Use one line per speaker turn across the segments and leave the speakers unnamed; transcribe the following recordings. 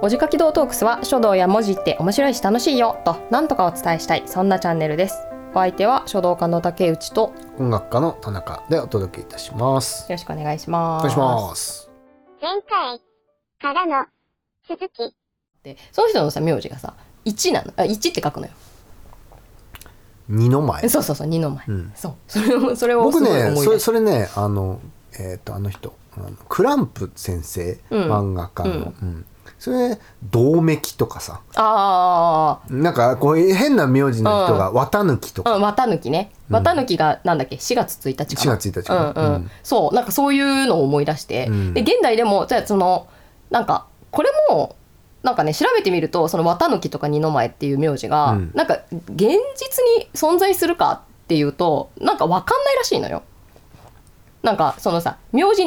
文字書き道トークスは書道や文字って面白いし楽しいよとなんとかお伝えしたいそんなチャンネルですお相手は書道家の竹内とよ
音楽家の田中でお届けいたします。
ろしくお願いしま
お
す
願いします。
前回からの続き。
でその人のさ名字がさ1なのあ1って書くのよ
二の前。
そうそうそう2の前、
うん
そうそれをそれをす
僕
ごい
ね、
思い出
それ
し
それね、あの、えっ、と、あの人、あのクランプ先生、
うん
漫画家の、うんそれ、銅めきとかさ、
あ
なんかこういう変な名字の人が、綿抜きと
あ
か、
綿抜きね綿抜きがなんだっけ4月1日かな
4月1日
う
か
んうん
うん
そうなんかそういうのを思い出して、
うん
で現代でもじゃあそのなんかこれもなんかね調べてみるとその綿貫とか二の前っていう名字が、
うん
なんか現実に存在するかっていうとなんか分かんないらしいのよ。なんかそのさ名字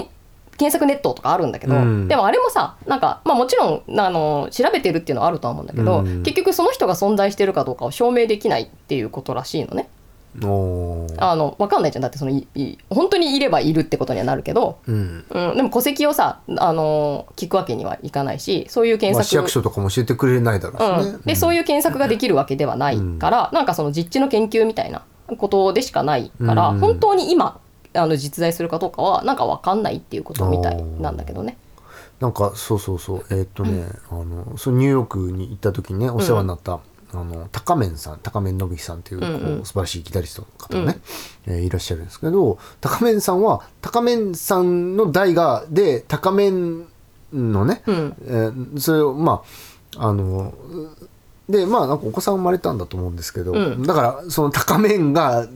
検索ネットとかあるんだけど、
うん
でもあれもさなんか、まあ、もちろんあの調べてるっていうのはあるとは思うんだけど、
うん
結局その人が存在してるかどうかを証明できないっていうことらしいのね。
おー
あの分かんないじゃんだってそのいい本当にいればいるってことにはなるけど、
うん
うん、でも戸籍をさ、あの聞くわけにはいかないしそういう検
まあ、
索、
市役所とかも教えてくれないだろうしね。
うん、でそういう検索ができるわけではないから、なんかその実地の研究みたいなことでしかないから、
うん
本当に今あの実在するかどうかはなんか分かんないっていうことみたいなんだけどね。
なんかそうそうそうえーっとね、あのそうニューヨークに行った時にねお世話になった、あの高面さん高面信樹さんっていう,、
うんうん
こう素晴らしいギタリストの方がね、えーいらっしゃるんですけど高面さんは高面さんの代がで高面のね、
うん
えーそれをまああのでまあなんかお子さん生まれたんだと思うんですけど、
うん
だからその高面が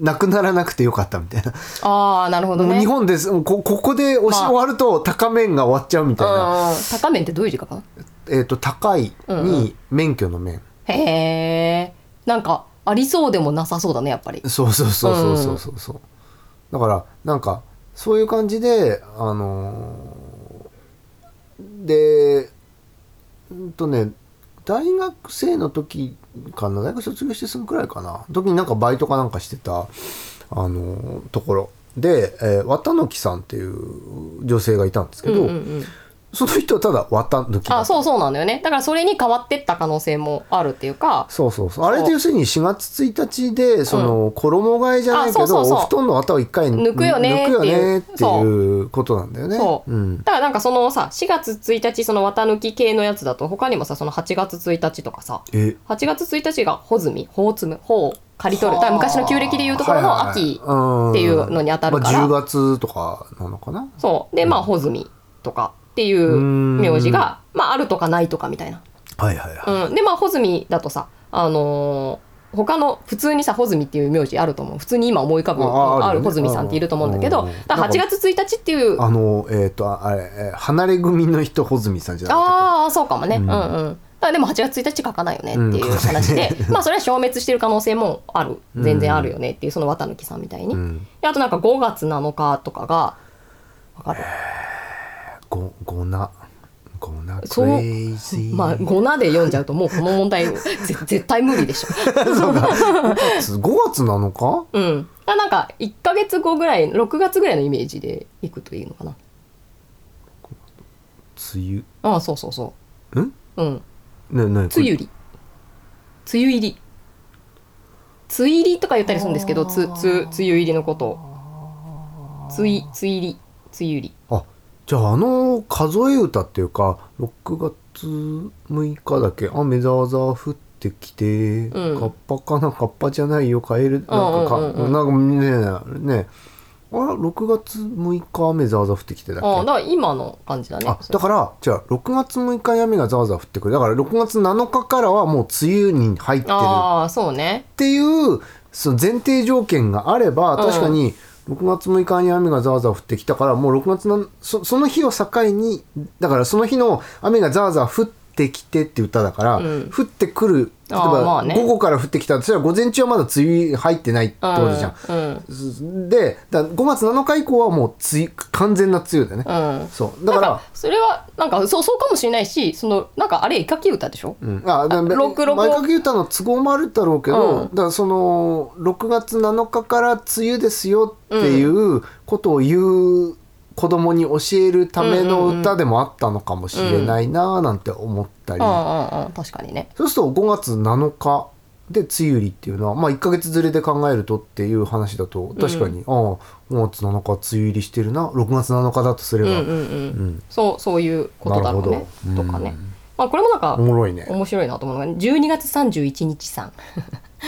なくならなくてよかったみたいな
あーなるほど
もう
ね
日本ですもうこここで押し
まあ
終わると高面が終わっちゃうみたいな、
うん高面ってどういう字かかな
えー、と高い
うんう
に免許の面、
へーなんかありそうでもなさそうだねやっぱり。
そうそうそうそうそうそうそうだからなんかそういう感じであのーでうんとね大学生の時かな大学卒業してすぐくらいかな時になんかバイトかなんかしてた、あのーところで、えー、綿貫さんっていう女性がいたんですけ
うん
ど、
うんうん
その人はただ綿貫だった
あそうそうなんだよねだからそれに変わってった可能性もあるっていうか
そうそうそうあれって要するに4月1日でその衣替えじゃないけど、
あそうそうそう
お布団の綿を一回
抜くよねー
抜くよねーっ
っていう
ていうことなんだよね。
そう
うん、
だからなんかそのさ4月1日その綿抜き系のやつだと他にもさその8月1日とかさ
え
8月1日が穂積穂積穂を刈り取るだから昔の旧暦でいうところの秋っていうのに当たるから、
まあ、10月とかなのかな。
そうでまあ穂積とかっていう名字が、まあ、あるとかないとかみたいな、
はいはいはい。
うん、でまあ穂積だとさあのー他の普通にさ穂積っていう名字あると思う普通に今思い浮かぶ
あああるよね
ある穂積さんっていると思うんだけど
うん
だから8月1日っていう
あのえっ、とああれえー離れ組の人穂積さんじゃなかっ
ああそうかもね、う、
うんん
うんあでも8月1日書かないよねっていう話で、まあそれは消滅してる可能性もある
うん
全然あるよねっていうその綿貫さんみたいに、
たっけ。うん、
であとなんか5月7日とかがわかる
ごごなごなク
そう
レイジー。
まあ5なで読んじゃうともうこの問題 ぜ絶対無理でしょ、
そうか。5月5月なのか？
うん、だなんか1か月後ぐらい6月ぐらいのイメージでいくといいのかな
梅
ああそうそうそ
雨。ん？
ううん
ねね。
梅雨入り梅雨入り梅雨入りとか言ったりするんですけどつつ梅雨入りのことを梅梅雨入り梅雨入り
あじゃああの数え歌っていうか6月6日だっけ雨ざわざわ降ってきて、
うん
カッパかなカッパじゃないよカエルなんかか、
うんうんうんうん
なんかねねあ6月6日雨ざわざわ降ってきてだっけ
ああだから今の感じだね
あだからじゃあ6月6日に雨がざわざわ降ってくるだから6月7日からはもう梅雨に入ってるっ
ああそうね
ていうその前提条件があれば
うん
確かに6月6日に雨がざわざわ降ってきたからもう6月のそその日を境にだからその日の雨がざわざわ降ってきてって歌だから、
うん
降ってくる例え
あーまあ
ば
ね
午後から降ってきたとしたら午前中はまだ梅雨入ってないってことじゃん。
うんうん
でだ5月7日以降はもう梅雨完全な梅雨だよね。
うん
そうだか
なん
ら
かそれはなんかそうそうかもしれないしそのなんかあれ絵描き歌でしょ
うん、あだから
六六
前掛け歌の都合もあるだろうけ
う
ど、
ん
だからその6月7日から梅雨ですよっていうことを言う言子供に教えるための歌でもあったのかもしれないなーなんて思ったり、
ああああ確かにね
そうすると5月7日で梅雨入りっていうのは、まあ、1か月ずれで考えるとっていう話だと確かに、ああ5月7日梅雨入りしてるな6月7日だとす
う
れ
ん
ば、
うんうん
うん
そうそういうことだろう
なる
ね
ほど
とかね
うん
まあこれもなんか
おもろいね
面白いなと思うのが12月31日さん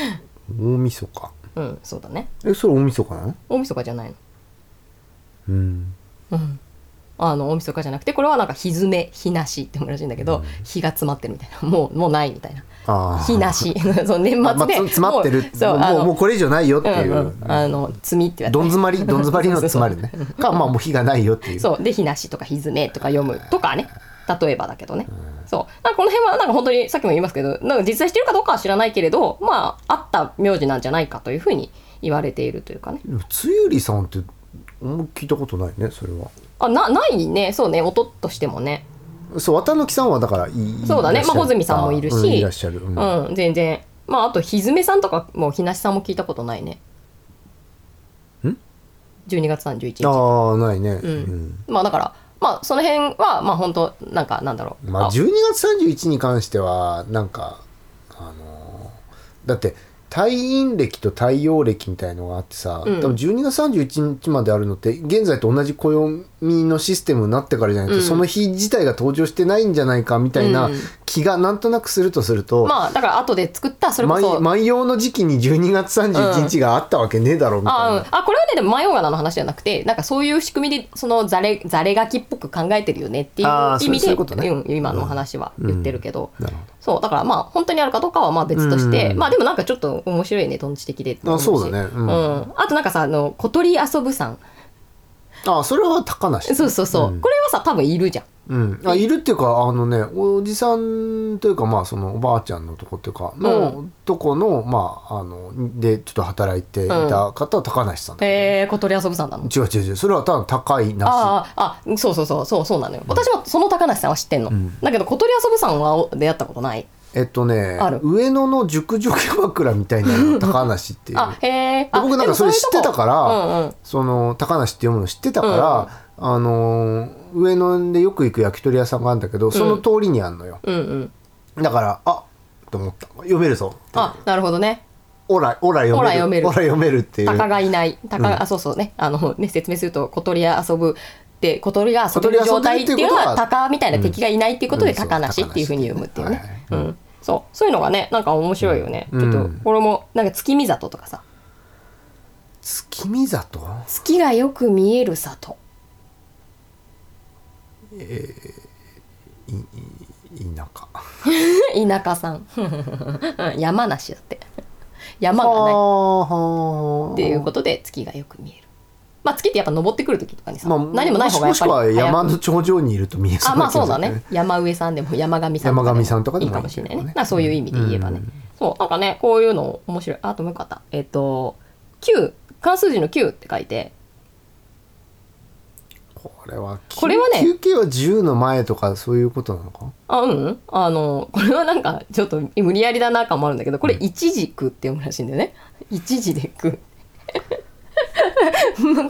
大晦日
うんそうだね
えそれ大晦日なの
大晦日じゃないの
うん
うんあの大晦日じゃなくてこれはなんか日詰め日なしってもらしいんだけど、日が詰まってるみたいなもうもうないみたいな
ああ
日な しそう年
まあ
末
まあ
で
つ詰まってるもう
そう
もう
あの
もうこれ以上ないよっていう、
うんうん、あの積みってやつ
どん詰まりどん詰まりの 詰まるねかまあもう火がないよっていう
そうで「日なし」とか「ひずめ」とか読むとかね例えばだけどね、そうなんかこの辺はなんか本当にさっきも言いますけどなんか実在してるかどうかは知らないけれどまああった名字なんじゃないかというふうに言われているというかね
でもつゆりさんってあんま聞いたことないねそれは
あなないねそうね音としてもね
そう綿貫さんはだからいい
そうだね
いらっし
ま
ゃる
あ穂積さんもいるし
うんいらっしゃる、う
うんん、全然まああとひずめさんとかもうひなしさんも聞いたことないね
ん
12月31日
ああないね、うん
まあだからまあその辺はまあ本当なんかなんだろう、
まあ
あ
12月31日に関してはなんかあのーだって退院歴と太陽暦みたいのがあってさ、
うん
多分12月31日まであるのって現在と同じ暦のシステムになってからじゃないと、
うん
その日自体が登場してないんじゃないかみたいな
うん
気がなんとなくするとすると、
まあだから後で作ったそれこ
万
そ
万葉の時期に12月31日があったわけねえだろみたいな、
あ、うん、あこれはねでもマヨガナの話じゃなくてなんかそういう仕組みでそのざれざれ書きっぽく考えてるよねっていう
あー
意味
そ
で
うそういうことね
ん今の話は言ってるけど、
なるほ
そうだからまあ本当にあるかどうかはまあ別として、
うん
まあでもなんかちょっと面白いねどんち的で
あそうだねう
うんん、あとなんかさあの小鳥遊ぶさん
どあそれは高梨
そうそうそう、
ん
これはさ多分いるじゃん
うん、あいるっていうかあのねおじさんというかまあそのおばあちゃんのとこっていうかの、
う
とこのまああのでちょっと働いていた方は高梨さんだ、
へえ小鳥遊ぶさんなの
違う違う違うそれはただ高い梨
あああそうそうそうそうそうなのよ私もその高梨さんは知ってんの、だけど小鳥遊ぶさんは出会ったことない
えっとね
ある
上野の熟女キャバクラみたいなの が高梨っていう
あへえあ
で僕なんかそれ知ってたから
でもそういうとこうんうん
その高梨って読むの知ってたから、あの上野でよく行く焼き鳥屋さんがあるんだけどその通りにあんのよ、
うんうん。
だからあと思った読めるぞって
あ、なるほどね。
オラオラ読め
オラ
る
読める
オラ読めるっていう
鷹がいない。鷹が、
うん
あ、そうそうね。あの、ね、説明すると、小鳥や遊ぶ。で、小鳥が遊べ
小鳥
る
遊んでる
状態っていうの
っていうことは
は、鷹みたいな敵がいないっていうこと
う
で、
んそう
鷹なしっていうふうに読むっていうね。
は
う
いはい
ん。そう、そういうのがね、なんか面白いよね。
うん
ちょっ
う
と
ん、
これも、なんか月見里とかさ。
月見里
月がよく見える里。
田舎
田舎さん。 山梨だって。山がない。っ
っ
い
て
うことで、月がよく見える。まあ、月ってやっぱ登ってくる時とかにさ、
まあ、
何もない方がや
も
っ
し
ぱ
く
り
は
早く
山の頂上にいると見えそう
あ
な
まあ
気が
そう
する
だね山上さんでも山上さん
山上さんとかで
い
も
いかもしれないね
いいけどね
なんかそういう意味で言えばね、
うん
そうなんかねこういうの面白いあともうよかったえっ、と9漢数字の9って書いて
これは
これはね
休憩は10の前とかそういうことなのか
あうんあのこれはなんかちょっと無理やりだな感もあるんだけどこれ一軸って読むらしいんだよね一時でく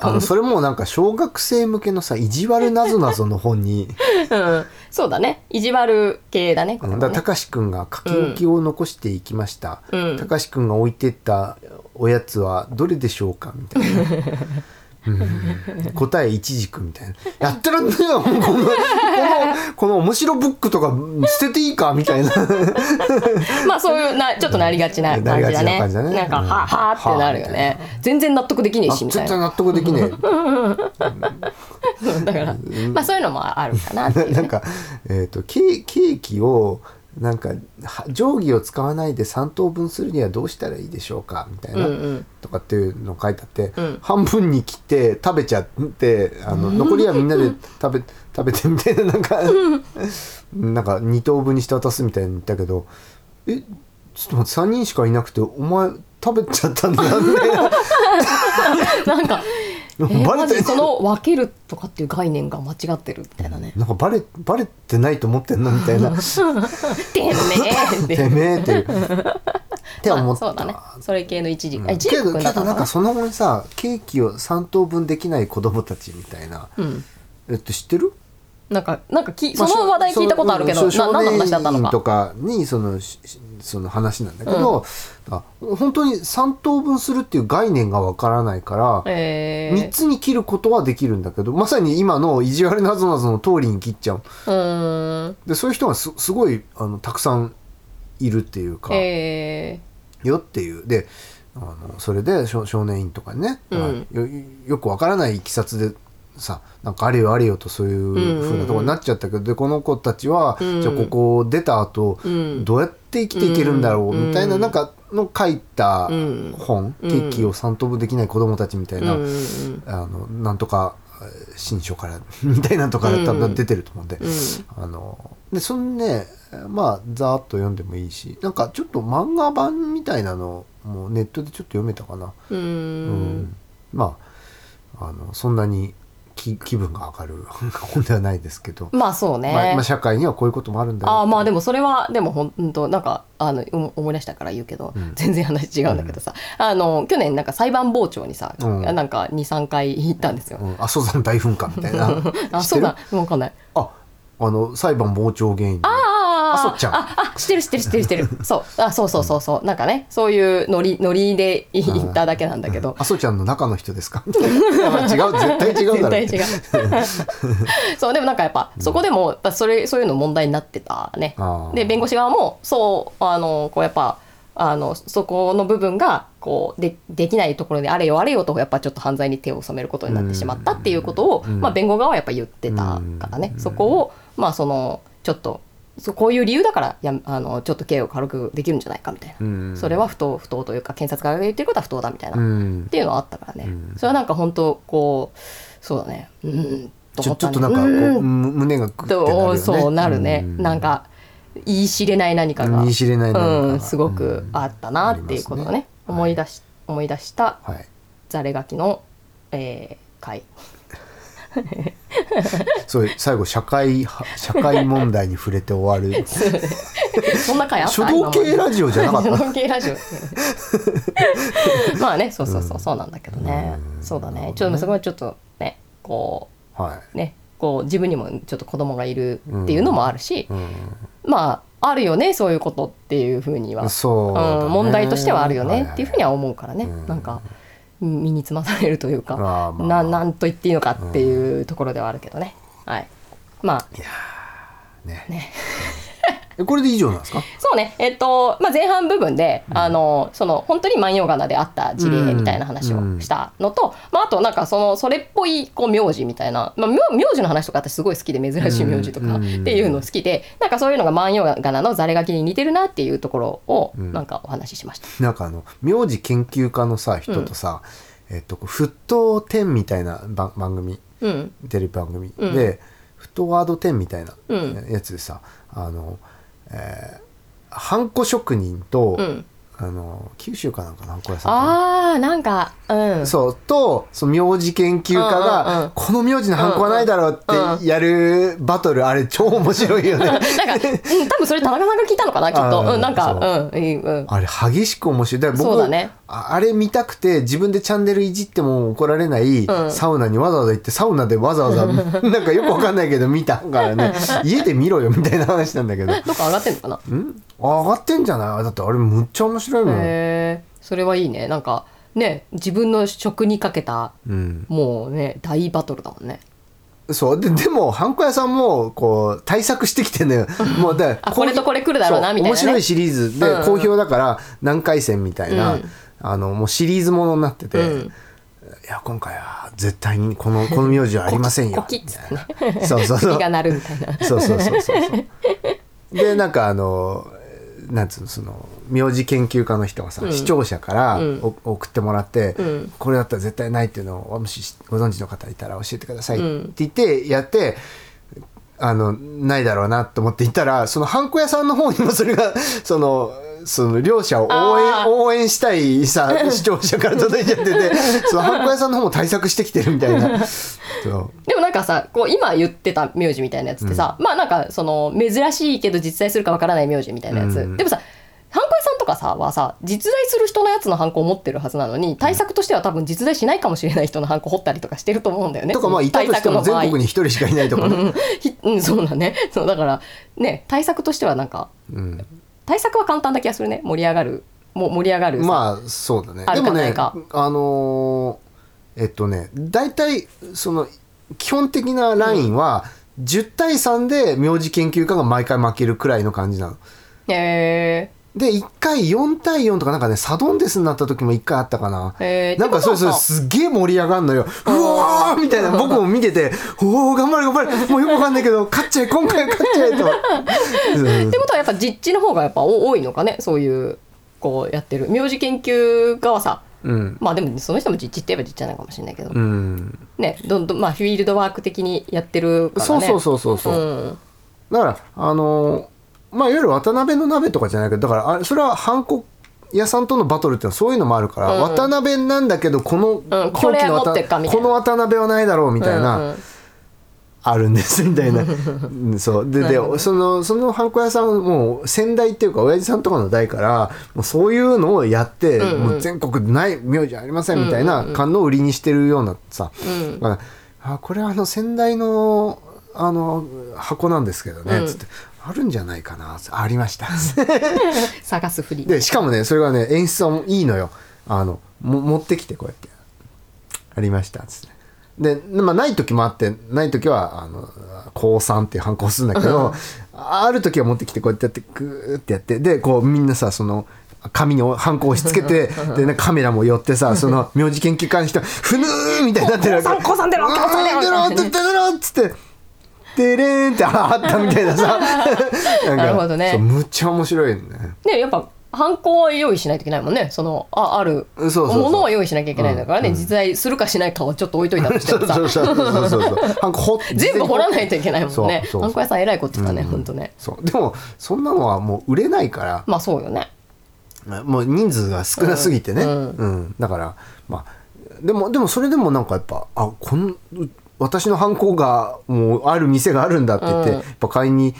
あのそれもなんか小学生向けのさ意地悪なぞなぞの本に
うんそうだね意地悪系だねこ
あ
れ
の
は
だ
ね
からたかしくんが書き置きを残していきました、
うん
たかしくんが置いてったおやつはどれでしょうかみたいな。うん答えいちじくみたいなやってらんねえよも うこのこのこの面白ブックとか捨てていいかみたいな
まあそういうなちょっとなりがちな感じだね
なりがちな感じだね
なんか、
うん
はあはあってなるよね全然納得できねえ
あ
しみ
絶
たい
対
な
納得できね
だから、まあそういうのもあるかなってい
え
う
なんか、 えー、とケーケーキをなんかは定規を使わないで3等分するにはどうしたらいいでしょうかみたいな、
うんうん
とかっていうの書いてあって、
うん
半分に切って食べちゃって あの残りはみんなで食べ食べてみたいななんかなんか2等分にして渡すみたいに言ったけどえちょっと待って3人しかいなくてお前食べちゃったんだよね
なんか、 えー
バ
ま
レて
ずその分けるとかっていう概念が間違ってるみたいなね。
なんかバレバ レてないと思ってんのみたいな
てめえって
てめえっていうて思った
まあそうだねそれ系の一時、
うん
あ一時
けど
君だ
け
った
ど
の
なん
かな
かその後にさケーキを3等分できない子供たちみたいな、
うん
えっと知ってる
なんかなんかき
ま
そ
あ
の話題聞いたことあるけど、
その
な何の話だった
少年
の
院
か
とかにそのししその話なんだけど、あ本当に3等分するっていう概念がわからないから、
え
三3つに切ることはできるんだけどまさに今の意地悪なぞなぞの通りに切っちゃう
ー、うーん
でそういう人がすすごいあのたくさんいるっていうか、
え
よっていうであのそれで少少年院とかね、
うん
よよくわからないいきさつでさなんかあれよあれよとそういうふうなところになっちゃったけど、でこの子たちは、
うん
じゃあここを出た後、
うん
どうやって生きていけるんだろうみたいな、
うん
なんかの書いた
うん
本「
うん
ケーキを三等分できない子供たち」みたい
ー、
な、
うんうん
あのなんとかえー新書から みたいなのとか多分出てると思うんで、
うん
あのでそのねまあざーっと読んでもいいしなんかちょっと漫画版みたいなのもネットでちょっと読めたかな、
うんう
うんまああのそんなに気気分が上がる本ではないですけど、
まあそうね、
まあ、まあ社会にはこういうこともあるんだよ
ああまあ
で
でもそれはでもほんとなんかあの思思い出したから言うけど、
うん
全然話違うんだけどさ、あの去年なんか裁判傍聴にさ、
うん
なんか23回行ったんですよ。
うん、阿蘇山大噴火みたいな
あ
知って
そう
る
だもう分かんない。
ああの裁判傍聴原因
ああ
あそうちゃん
ああ知ってる知ってる知ってる知ってる そうあそうそうそうそう、なんかねそういうノリノリでい行っただけなんだけど
阿蘇ちゃんの中の人ですか いやまあ違う絶対違うだろ
絶対 違う そうでもなんかやっぱ、そこでもやっぱそれそういうの問題になってたね
あー
で弁護士側もそうあのこうやっぱあのそこの部分がこうでできないところであれよあれよとやっぱちょっと犯罪に手を染めることになってしまったっていうことを、
うん
まあ、弁護側はやっぱ言ってたからね、
うん
そこをまあそのちょっとそうこういう理由だからやあのちょっと刑を軽くできるんじゃないかみたいな、
うん
それは不当不当というか検察側が言ってることは不当だみたいな、
う
っ
ん
ていうのはあったからね、
うん
それはなんか本当こうそうだねうん
ちょちょっ
思
とな
た
んかこう、
ねうん
む胸がグッてなるよ
と
ね
そうなるね、
うん
なんか言い知れない何かが
言い知れない何かが
うん、すごくあったなっていうことをね,、
うんありますね
思い出し思い出した
はい
ザレガキの、えー回
そう最後社会は 社会問題に触れて終わる
そんな回あった
書道系ラジオじゃなかった
今ま で書道系ラジオ まあねそうそうそうそうなんだけどね、
うん
そうだ
なる
ね
ほどね
ちょっとすごいちょっとねこ
は
うねこう自分にもちょっと子供がいるっていうのもあるし
い、、うん
まああるよねそういうことっていうふうには
そうだね、
うん、問題としてはあるよねっていうふうに
は
は思うからね、
うん
なんか身につまされるというか、
まあまあ
ななんと言っていいのかっていうところではあるけどね、はいまあ
いねえこれで以上なんですか
そうねえっと、まあ、前半部分で、あのその本当に万葉仮名であった事例みたいな話をしたのと、まあ、あとなんかそのそれっぽいこう名字みたいな、まあ、名名字の話とか私すごい好きで珍しい名字とか
う
っ
ん
ていうの好きで、なんかそういうのが万葉仮名のざれ書きに似てるなっていうところを
うん
なんかお話ししました。
なんかあの名字研究家のさ人とさ、えっと沸騰10みたいな番番組
うん
テレビ番組、
うん
で「フットワード10」みたいな
うん
やつでさ、あのえー、ハンコ職人と、
うん
あの九州かなんかのハンコ屋さんかな
あーなんかうん
そうとその名字研究家
うん
が、
うんうん
この名字のハンコはないだろう
うん
っ
う
てやるバトル、あれ超面白いよね
なんか、うん、多分それ田中さんが聞いたのかな、きっ
あー
と。うん、なん
そ
か、うん、いいうん。
あれ激しく面白いだから
そう
僕
だね
ああれ見たくて自分でチャンネルいじっても怒られない、
うん
サウナにわざわざ行ってサウナでわざわ ざなんかよくわかんないけど見たからね家で見ろよみたいな話なんだけど
どっか上がってんのかな。
ん上がってんじゃないだってあれむっちゃ面白いもん、
へえ、それはいいね。なんか、ね、自分の職にかけた、
うん、
もうね、大バトルだもんね。
そうででもハンコ屋さんもこう対策してきて んのよもうだ
あこれとこれ来るだろうな
そ
みたいなね
面白いシリーズで
うんうん
好評だから何回戦みたいな、
うん
あのもうシリーズものになってて、
うん
いや今回は絶対にこのこの名字はありません
コ
よ
キコキ
みたいなそうそうそう
気が鳴るみたいな。
そうそうそうそうそうでなんかあのなんつうのその名字研究家の人がさ、
うん
視聴者から
うん
お送ってもらって、
うん
これだったら絶対ないっていうのをもしご存知の方いたら教えてくださいっ
うん
て言ってやって、あのないだろうなと思って行ったらそのハンコ屋さんの方にもそれが その。その両者を応
あ
援
ー
応援したいさ 視聴者から届いちゃっててそのハンコ屋さんの方も対策してきてるみたいなそう
でもなんかさ、こう今言ってた名字みたいなやつってさ、まあなんかその珍しいけど実在するかわからない名字みたいなやつ。
うん
でもさ、ハンコ屋さんとかさはさ実在する人のやつのハンコを持ってるはずなのに対策としては多分実在しないかもしれない人のハンコ掘ったりとかしてると思うんだよね。
とかまあいたとして
対策
も
の
全
場合
国に一人しかいないとかね、
ひ うん、そうだねそうだからね対策としてはなんか
うん、
対策は簡単な気がするね盛り上がるもう盛り上がる、
まあそうだね
あ
で
るか
も
な
ね
いか
あのーえっとね大体その基本的なラインは、10対3で名字研究家が毎回負けるくらいの感じなの。
え
で1回4対4とかなんかねサドンデスになった時も1回あったかな。
ー、えー、
なんかそう
って
そ
こ
う
とはさ
すっげえ盛り上がんのよ。うわーみたいな僕も見てて「おお頑張れ頑張れもうよくわかんないけど勝っちゃえ今回勝っちゃえ」と。 そうそう
ってことはやっぱ実地の方がやっぱお多いのかねそういうこうやってる名字研究家はさ
うん
まあでもその人も実地って言えば実地じゃないかもしれないけど、
うん
ねどんどんまあフィールドワーク的にやってるからね
そうそうそうそうそう、
うん
だからあのーまあいわゆる渡辺の鍋とかじゃないけどだからあれそれはハンコ屋さんとのバトルってのはそういうのもあるから、
うん
渡辺なんだけどこの
んこ
狂
れ
気の
持
渡
ってるかみたい
こ
な
の渡辺はないだろうみたいな、
うんうん
あるんですみたいな うんそうで
なる
で
ほど
そのそのハンコ屋さんもう先代っていうか親父さんとかの代からもうそういうのをやって、
うんうん
もう全国ない名字ありませんみたいな感の売りにしてるようなさ、
うん
だからあこれはあの先代のあの箱なんですけどね、
うん
つってあるんじゃないかなあありました
探すふり
でしかもねそれがね演出はいいのよあのも持ってきてこうやってありましたっつって。で、まあ、ない時もあってない時はあの高3っていう反抗するんだけど、ある時は持ってきてこうやってやってグーってやってでこうみんなさその紙に反抗押し付けてで、ね、カメラも寄ってさその名字研究家の人ふぬーみたいになってるわけ
高高三高三出ろ高三出ろ
うーん出ろ出ろ出ろっつってでれーんってああったみたいな さな
なるほどね
そうむっちゃ面白いね
ねやっぱ犯行は用意しないといけないもんねそのあある
そうそうそう
ものは用意しなきゃいけないんだからね、実在するかしないかはちょっと置いとい たとして
そう
もさ
そうそうそうそう そうハンコ掘って
全部掘らないといけないもんね
そうそう
ハンコ屋さん偉いこと言ってたね、
うん
ほんとね
そうでもそんなのはもう売れないか
まあそうよね
らもう人数が少なすぎてね、う
うんん
だからまあでもでもそれでもなんかやっぱあこの私のハンコがもうある店があるんだって言って、
うん
やっぱ買いに、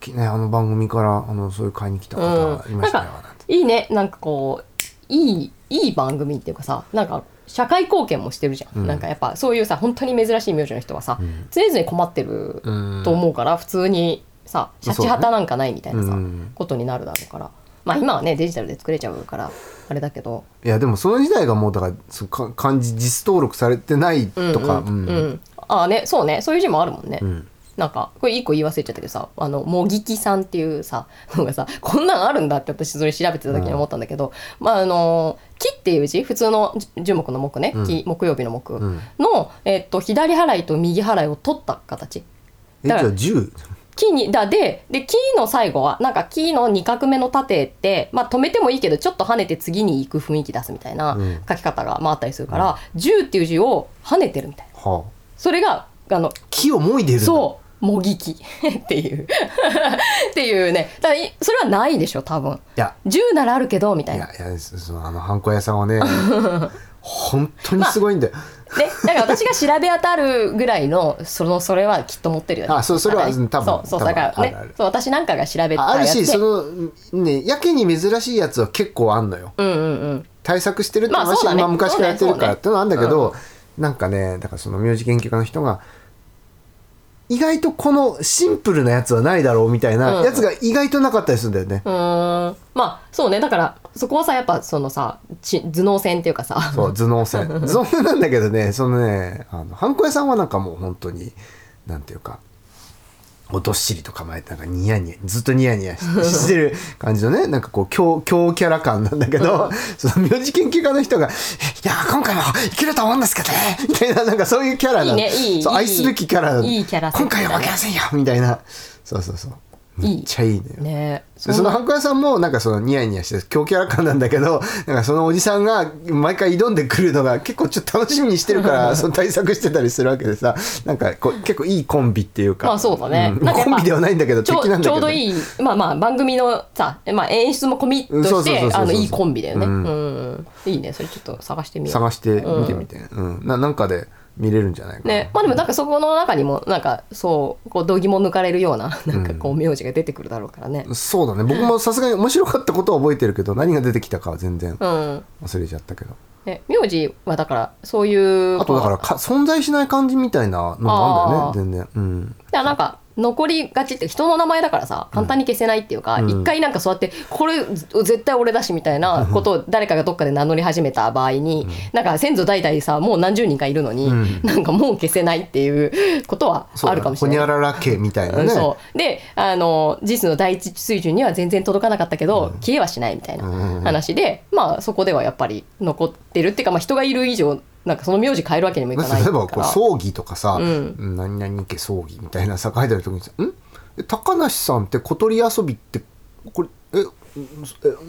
きね、あの番組からあのそういう買いに来た方いましたよ、
うん
なんて
いいねなんかこういいいい番組っていうかさなんか社会貢献もしてるじゃん、
うん
なんかやっぱそういうさ本当に珍しい名字の人はさ、
うん
常々困ってると思うから、普通にさシャチハタなんかないみたいなさ、
うん
ことになるだろうからまあ今はねデジタルで作れちゃうからあれだけど
いやでもその時代がもうだからそうか漢字実登録されてないとか
うんうんうんああねそうねそういう字もあるもんね、
うん
なんかこれ一個言い忘れちゃったけどさあの茂木さんっていうさのがさこんなんあるんだって私それ調べてた時に思ったんだけど、まああの「木」っていう字普通のじ樹木の木ね、
うん
木木曜日の木
うん
の、えっと左払いと右払いを取った形
えじ
だ
ゃ
から
あ10
木にだでで木の最後はなんか木の2画目の縦って、まあ、止めてもいいけどちょっと跳ねて次に行く雰囲気出すみたいな
うん
書き方が、まあ、あったりするから「十」っていう字を跳ねてるみたいな
はあ
それがあの
木をもいでるんだ
そうもぎき っていうっていうねだからいそれはないでしょ多分
いや
銃ならあるけどみたい
い
な
やいやそそのあのハンコ屋さん はね本当にすごいんだよ、
ねだから私が調べ当たるぐらいのそのそれはきっと持ってるよね
あそうそれは
だからね
多分
そうそう
多
だ
分
からね
あるある
そう私なんかが調べ
あ
た
あ
や
る
つで
しそのねやけに珍しいやつは結構あんのよ
うんうんうん
対策してるって
まあ
話、
そうだね
今昔からやってるからって
そ
の
う
はあ
だね
んだけど、なんかねだからその名字研究家の人が意外とこのシンプルなやつはないだろうみたいな
うん
やつが意外となかったりするんだよね、
うーんまあそうねだからそこはさやっぱそのさち頭脳戦っていうかさ
そう頭脳戦 頭脳戦なんだけどねそのねあのハンコ屋さんはなんかもう本当になんていうかおどっしりと構えてなんかニヤニヤずっとニヤ ニヤししてる感じのねなんかこう強強キャラ感なんだけど、その名字研究家の人が「いや今回はいけると思うんですけどね」みたいななんかそういうキャラなの
いいねいい
そう
いい
愛すべきキャラなの
いいキャラ設
今
定だね
回は負けませんよみたいなそうそうそうめっちゃいいね
ね
でそのハンコ屋さんもなんかそのニヤニヤして強キャラ感なんだけどなんかそのおじさんが毎回挑んでくるのが結構ちょっと楽しみにしてるか らその対策してたりするわけでさなんかこう結構いいコンビっていうか
まあそうだね
ん
なんかやっぱ
コンビではないんだけど
ちょ
敵なんだけ
ち
どね、
ょうどいい、まあまあ番組のさ、まあ、演出も込みと
そうそう
し
そうそう
て
そう
あのいいコンビだよね、
う
うんんいいねそれちょっと探してみよう
探してみてみて、うんななんかで見れるんじゃないかな、
ね、まあでもなんかそこの中にもなんかそうこう度肝抜かれるようななんかこう名字が出てくるだろうからね。
そうだね僕もさすがに面白かったことは覚えてるけど何が出てきたかは全然
うん。
忘れちゃったけど
ね、名字はだからそういう
あとだからか存在しない感じみたいなのもあんだよね全然うん
だからなんか残りがちって人の名前だからさ簡単に消せないっていうか
うん
一、回なんかそうやってこれ絶対俺だしみたいなことを誰かがどっかで名乗り始めた場合に、なんか先祖代々さもう何十人かいるのに、
うん
なんかもう消せないっていう ことは
そう
あ
だね
るかもしれない。
ほにゃらら系みたいな
うん
ね
そうであのジスの第一水準には全然届かなかったけど、消えはしないみたいな
うん
話で、まあそこではやっぱり残ってるっていうか、まあ、人がいる以上なんかその名字変えるわけにもいかない
例え
から
ばこう葬儀とかさ「
うん
何々家葬儀」みたいなさ書いてある時にさ「んえ高梨さんって小鳥遊びってこれええ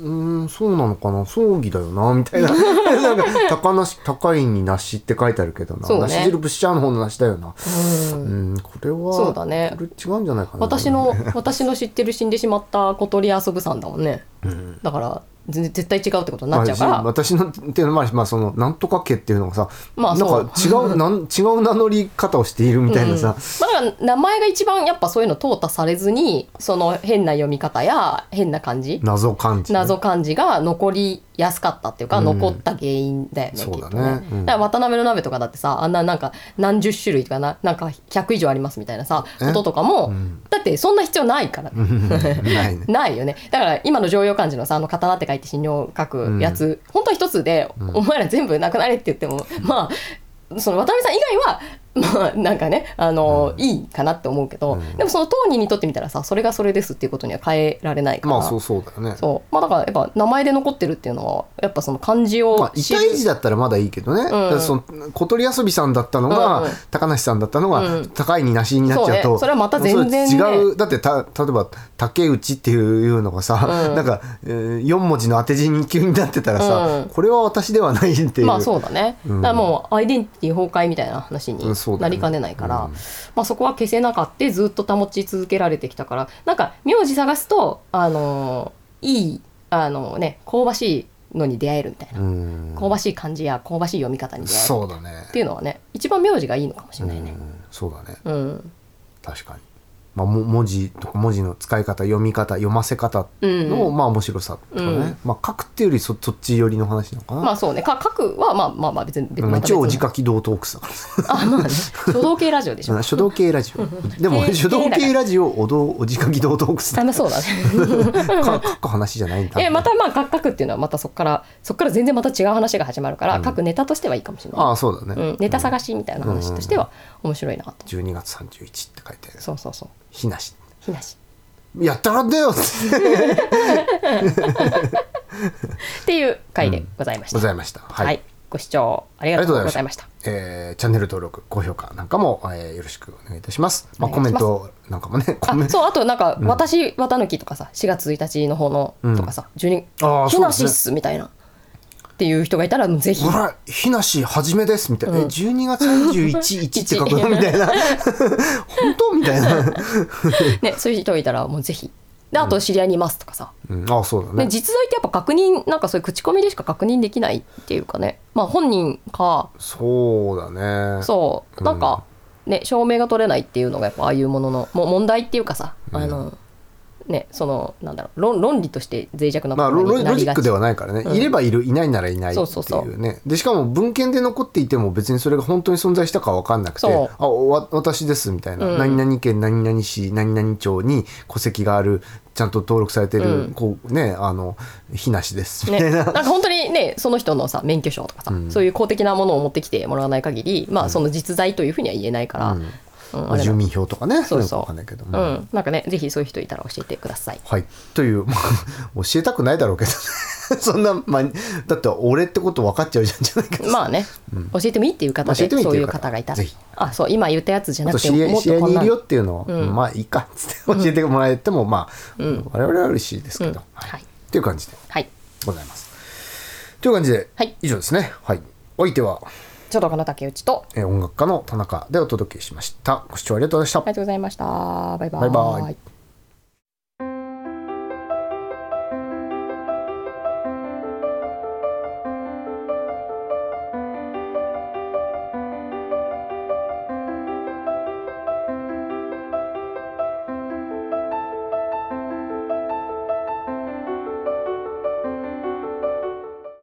うんそうなのかな葬儀だよな」みたいな「 なんか高梨高いに梨」って書いてあるけどな「
そうね
梨汁ぶしちゃうの方の梨だよな」うんこれは
そうだね
これ違うんじゃないかな
私の私の知ってる死んでしまった小鳥遊ぶさんだもんね、だから全然絶対違うってことになっちゃうか
まあ
ら、
じ私のっていうのは、まあ、そのなんとか家っていうのがさ、
まあ
な
そうん
か違うなん違う名乗り方をしているみたいなさ、
まあ、だから名前が一番やっぱそういうの淘汰されずにその変な読み方や変な感じ
謎感じね、
謎漢字が残りやすかったっていうか、
うん
残った原因だよね
そう
き
だ
っ
ね
とね、
うん
だから渡辺の鍋とかだってさあんななんか何十種類とかななんか100以上ありますみたいなさ
え
こととかも、
ん
だってそんな必要ないから、
うんないね。
ないよねだから今の常用漢字のさあの刀って書いて信用書くやつ、本当は一つで、お前ら全部なくなれって言っても、まあその渡辺さん以外はまあ なんかねあの、いいかなって思うけど、でもその当人にとってみたらさそれがそれですっていうことには変えられないから、
まあそうそうだよね。
そうまあだからやっぱ名前で残ってるっていうのはやっぱその漢字
まあ
を、
遺体児だったらまだいいけどね、だからその小鳥遊びさんだったの
う
が、
んうん
高梨さんだったのが、
うん
高いになしになっちゃうと
そうねそれはまた全然ね
それは違うだってた例えば竹内っていうのがさ、
うん
なんか、え4文字の当て字に急になってたらさ、
うん
これは私ではないっていう,、
まあそうだね、
うん
だからもうアイデンティティ崩壊みたいな話に
うんそうだ
な
よね
りかねないから、まあ、そこは消せなかったずっと保ち続けられてきたからなんか名字探すと、あのーいい、あのーね、香ばしいのに出会えるみたいな、
うん
香ばしい感じや香ばしい読み方に出会える
そうだね
っていうのはね一番名字がいいのかもし
う
れないね。
ん、そうだね
うん
確かに、まあ、も文字とか文字の使い方読み方読ませ方の、まあ面白さとかね、
うん
まあ書くっていうよりそそっち寄りの話なのかな、
まあそうねか書くはまあまあまあ別に別
まあ、
また別
一応
の
お字書き同トークスだから
あまあね書道系ラジオ でしょ
書道系ラジオ でも
系
書道系ラジオおどおじかき道トークス
ダ
だ
メそうだね。
か書く話じゃないんだ
えまたまあ書くっていうのはまたそこからそこから全然また違う話が始まるから、書くネタとしてはいいかもしれない、
ああそうだね、
うん、ネタ探しみたいな話としては面白いなと、
12月31って書いてある
そうそうそう
日なし
日なし
やったらだよって
っていう回でございました、
ございましたは、
はいい、ご視聴ありがとうございました
えーチャンネル登録高評価なんかも、えーよろしくお願いいたしますまあ
お
コ
願い
メ
し
ン
ます
トなんかもねコメン
あ
ト
そうあとなんか「私綿貫」とかさ4月1日の方のとかさ「12
あー
日
そう
な
です
し
ね
っす」みたいなっていう人がいたらもうぜひ
ほら、ひなしはじめですみたいな、え12月31日って書くのみ たいな本当みたいな、
ねそういう人がいたらもうぜひであと知り合いにいますとかさ、
うん、ああそうだ
ね、
ね
実在ってやっぱ確認なんかそういう口コミでしか確認できないっていうかねまあ本人か
そうだね
そうなんか、ね証明が取れないっていうのがやっぱああいうもののもう問題っていうかさ、あのねそのなんだろう論論理として脆弱な
まあ、
とこ
ロ
ろ
ロ
にな
ロ
り
ジッ
がち
クではないからね、いればいるいないならいないっていうね
そうそう
でしかも文献で残っていても別にそれが本当に存在したか分かんなくて
そう
「あおわ私です」みたいな、
うん
何々県何々市何々町に戸籍があるちゃんと登録されてる、
うん
こうねあの日なしですみた
ね、
い
な
な、
んか本当にねその人のさ免許証とかさ、そういう公的なものを持ってきてもらわない限りまあその実在というふうには言えないから、うん
まあ、住民票とかね
そう
いの
そう
か分かんないけど
う
も、
ん、なんかねぜひそういう人いたら教えてください
はいという、まあ、教えたくないだろうけど そんな、まあ、だって俺ってこと分かっちゃうじゃんじゃないか
まあね、教えてもいいっていう方
教え
で
てもいいっ
そ
て
う
い
いうう
方
方がいたら
ぜひ
あそう今言ったやつじゃ
あ
な
と
くて
知り合
も
い
っ
知
と
り合い
こん
にい
な
る
ん
よっていうのは、
ん
まあいいかっ つって教えてもらえても、まあ、我々は嬉しいですけど、
うん
はい
はい
っていう感じで
はい
ございます。という感じで、
はい
以上ですね。はい、お相手は、
ちょっとこの竹内と
えー音楽家の田中でお届けしました。ご視聴ありがとうございました
あり。がとうございましたバイバ
バイバイ